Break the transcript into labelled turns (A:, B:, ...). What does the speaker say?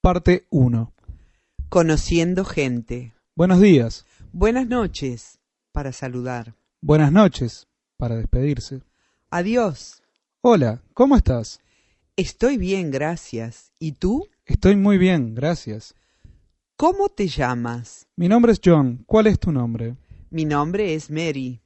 A: parte 1.
B: Conociendo gente.
A: Buenos días,
B: Buenas noches para saludar.
A: buenas noches, para despedirse.
B: Adiós.
A: Hola, ¿cómo estás?
B: Estoy bien, gracias. ¿Y tú?
A: Estoy muy bien, gracias.
B: ¿Cómo te llamas?
A: Mi nombre es John, ¿cuál es tu nombre?
B: Mi nombre es Mary.